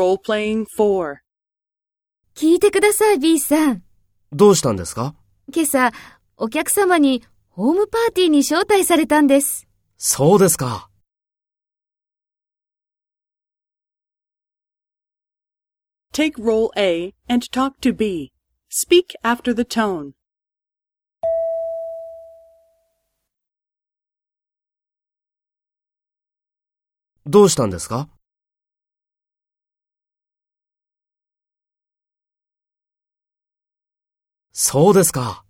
Role-playing 4. 聞いてください、B さん。どうしたんですか今朝、お客様にホームパーティーに招待されたんです。そうですか。 Take role A and talk to B. Speak after the tone. どうしたんですかそうですか。